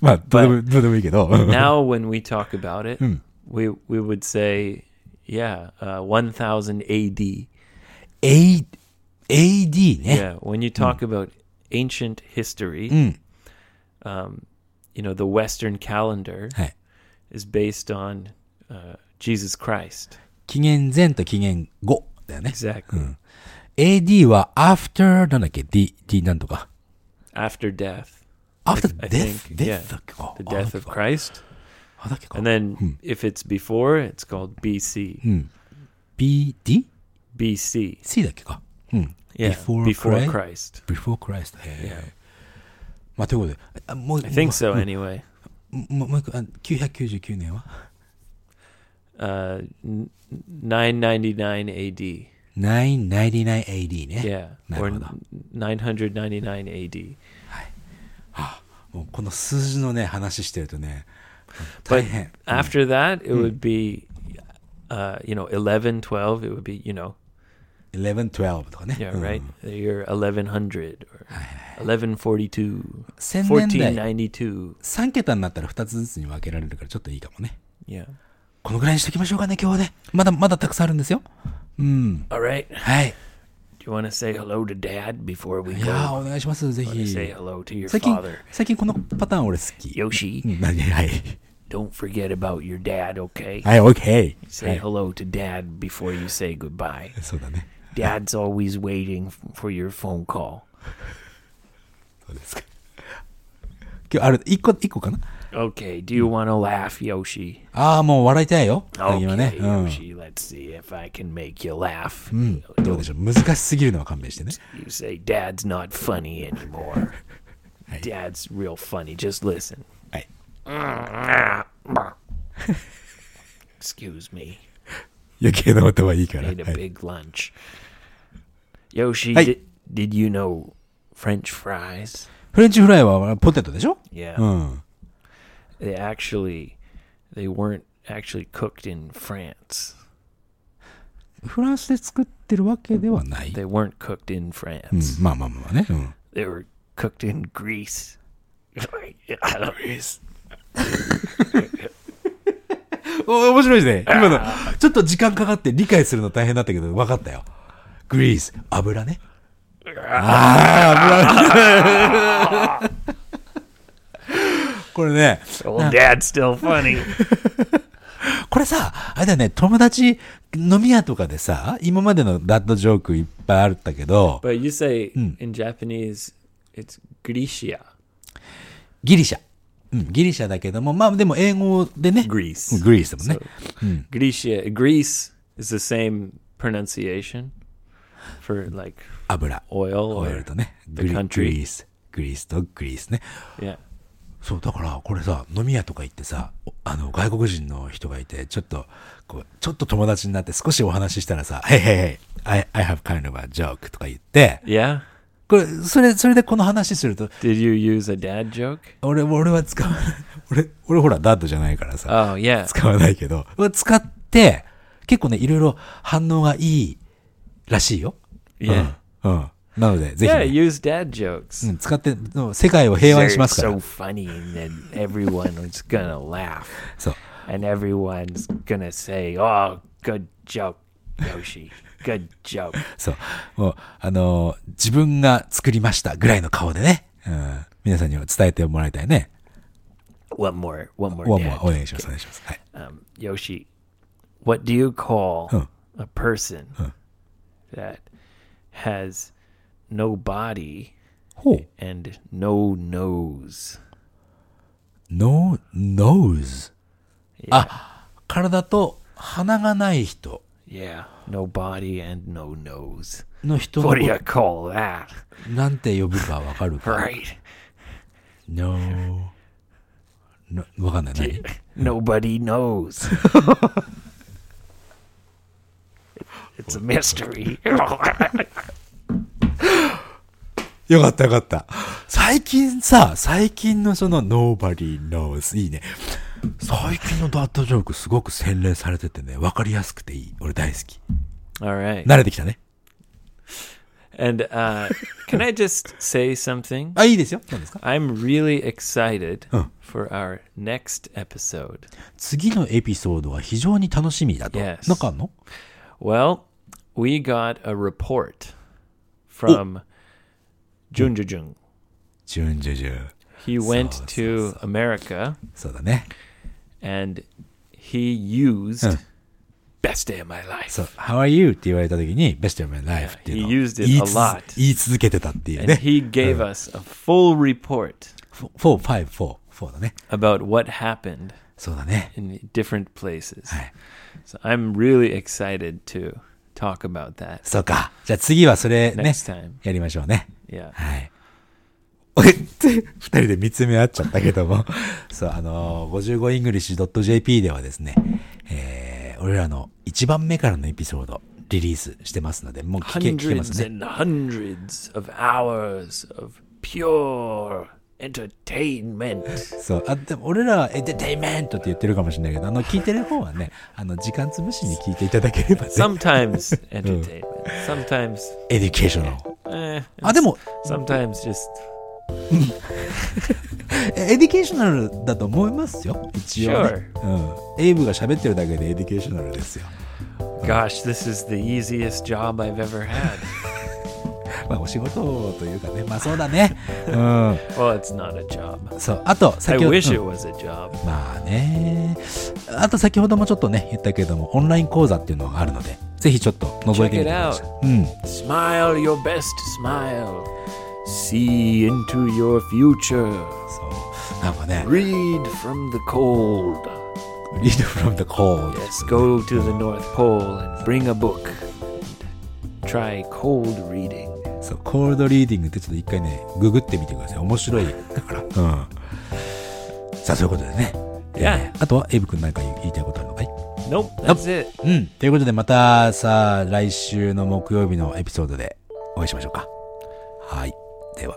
まあどうでもどうでもいいけ ど
now when we talk about it, we we would say, yeah, uh, 1000 AD.
A- AD ね、
Yeah, when you talk about ancient history,
Hmm.
um, you know the Western calendar
はい、
is based on uh, Jesus Christ.
紀元前と紀元後だよね
Exactly.
AD は after なんだっけ ?D、D なんとか。
After death,
after
I
death,
think,
death
yeah.
だっけか
the death of
あ
Christ,
あだっけか
and then if it's before, it's called BC.
BD?
BC.
C だっけかうん
Yeah,
Before
before, Christ.
Christ? Before Christ. へえ。まあ、ということで、あもう、
I think so. Anyway.
もう、もう一個、あ999年は
Uh, n- 999 AD.
?999AD ね。
Yeah.
な
Or
るほど。
n- 999 AD.
もうこの数字のね、話してるとね、大
But
変。
after that, it would be, uh, you know, 11, 12. It would be, you know,
11、12とかね。
yeah,
うん
right? You're 1100 or 1142,
千年代、
1492.
3桁になったら2つずつに分けられるからちょっといいかもね。
Yeah.
このぐらいにしときましょうかね、今日はね。まだまだたくさんあるんですよ。うん。
All right. Do
はい。
you want to say hello to dad before we
いやー、
go?
お願いします、ぜ
Want to
ひ
say。hello to your
最近
father.、
最近このパターン俺好き。う
Yoshi,
ん何 はい。
don't forget about your dad, okay?
はい、OK。は
Say
い
hello to dad before you say goodbye.
そうだね。
Dad's always waiting f- for your phone call.
そうですか。今日ある、一個、一個かな
Okay, do you want to laugh, Yoshi?
ああ、もう笑いたいよ。
Okay,
今ね。う
Yoshi, let's see if I can make you laugh.
ん。どうでしょう。難しすぎるのは勘弁してね。
You say, Dad's not funny anymore. Dad's real funny. Just listen.
はい。
Excuse me.
余計な音はいいから。は
Ate a
い、
big lunch. Yoshi,
Hey.
did, did you know French fries?
フレンチフライはポテトでしょ
Yeah.
うん。
They actually, they weren't actually cooked in France.
フランスで作ってるわけではない。
They weren't cooked in France.
うんまあまあまあね。うん。
they were cooked in grease. Grease.
お面白いですね。今の、ちょっと時間かかって理解するの大変だったけど、分かったよ。グリース、油ね。ああ、油。 これね、
Old dad's still funny.
これさ、あれだよね、友達、飲み屋とかでさ、今までのダッドジョークいっぱいあったけど、
but you say in Japanese, it's Grecia.
ギリシャ。うん、ギリシャだけども、まあでも英語でね、
グリース
うんグリースだもんね。
Grecia, Greece is the same pronunciation for like
油。
oil
オイ
or
ルとね、グ
the
リグ
country
リース。グリースとグリースね。
yeah.
そう、だから、これさ、飲み屋とか行ってさ、おあの、外国人の人がいて、ちょっと、こう、ちょっと友達になって少しお話ししたらさ、Hey, hey, hey, I, I have kind of a joke とか言って、
Yeah.
これ、それ、それでこの話すると、
Did you use a dad joke?
俺、俺は使わ ない。俺、俺ほら、ダッドじゃないからさ、
Oh yeah.
使わないけど、使って、結構ね、いろいろ反応がいいらしいよ。
Yeah.
うん。うん。なので、ぜひ
Yeah,
ね、
use dad jokes.
うん、使って、うん世界を平和
They're
にしますから
so。funny and then everyone is gonna laugh
そう。
and everyone's gonna say, "Oh, good joke, Yoshi. Good joke."
そう。もう、あのー自分が作りましたぐらいの顔でね、うん、皆さんにも伝えてもらいたいね。
One more, one more,
お
dad.
お願いします、お願いします。はい。
um, Yoshi, what do you call
Huh.
a person that has no body
ほう。
and no nose?
no, nose. あ、体と鼻がない人
Yeah, no body and no nose.
の人の
What do you
こ
call that?
となんて呼ぶかわかる か
Right.
?no, no わかんない。何
Nobody knows. it's a mystery.
よかったよかった。最近さ、最近のその nobody knows いいね。最近のダッドジョークすごく洗練されててね、わかりやすくていい。俺大好き。
All right.
慣れてきたね。
And uh, can I just say something?
あ、いいですよ。何ですか
I'm really excited
Huh.
for our next episode.
次のエピソードは非常に楽しみだと。
Yes.
なんかあんの
Well, we got a report
Oh.
from Junjujung.
ジュンジュジュ。
He went to America
そうだね。
and he used
Huh.
best day of my life.
そう。How are you? って言われた時に、Best of my life っていうのを
He used it
言いつ
a lot.
言い続けてたっていう
and
ね。
he gave us a full report
4、5、4。4だね。
about what happened
そうだね。
in different places.
Hi.
So I'm really excited to talk about that
そうか。じゃあ次はそれね
next、time.
やりましょうね。
Yeah.
はい。俺って、二人で見つめ合っちゃったけども、そう、あのー、55english.jp ではですね、えー、俺らの一番目からのエピソード、リリースしてますので、もう聞け、聞けます
hundreds
ね。
and hundreds of hours of pure entertainment.
そう、あ、でも俺らはエンターテインメントって言ってるかもしれないけど、あの、聞いてる方はね、あの、時間つぶしに聞いていただければね、
Sometimes entertainment. Sometimes,
エデュケーショナル。
eh,
あ、でも、
sometimes just
エデュケーショナルだと思いますよ、一応、ね。うん。エイブが喋ってるだけでエデュケーショナルですよ。
gosh, this is the easiest job I've ever had.
まあ、お仕事というかね、まあそう だね。うん。
well, it's not a job.
そう。あと、
I
先ほど、
wish
う
it was
ん
a job.
まあね。あと、先ほどもちょっとね、言ったけども、オンライン講座っていうのがあるので、ぜひちょっと覗いてみてくださ
Check
い。うん。
Smile your best smile. See into your future.
そう。なんかね、
Read from the cold.
Read from the cold.
Yes, go to the North Pole and bring a book. Try cold reading.
そう、コールドリーディングってちょっと一回ね、ググってみてください。面白いだから。うん。さあ、そういうことでね。
Yeah.
あとは、エイブ君なんか言いたいことあるのかい
Nope, that's it.
うん。ということで、またさあ、来週の木曜日のエピソードでお会いしましょうか。はい。では。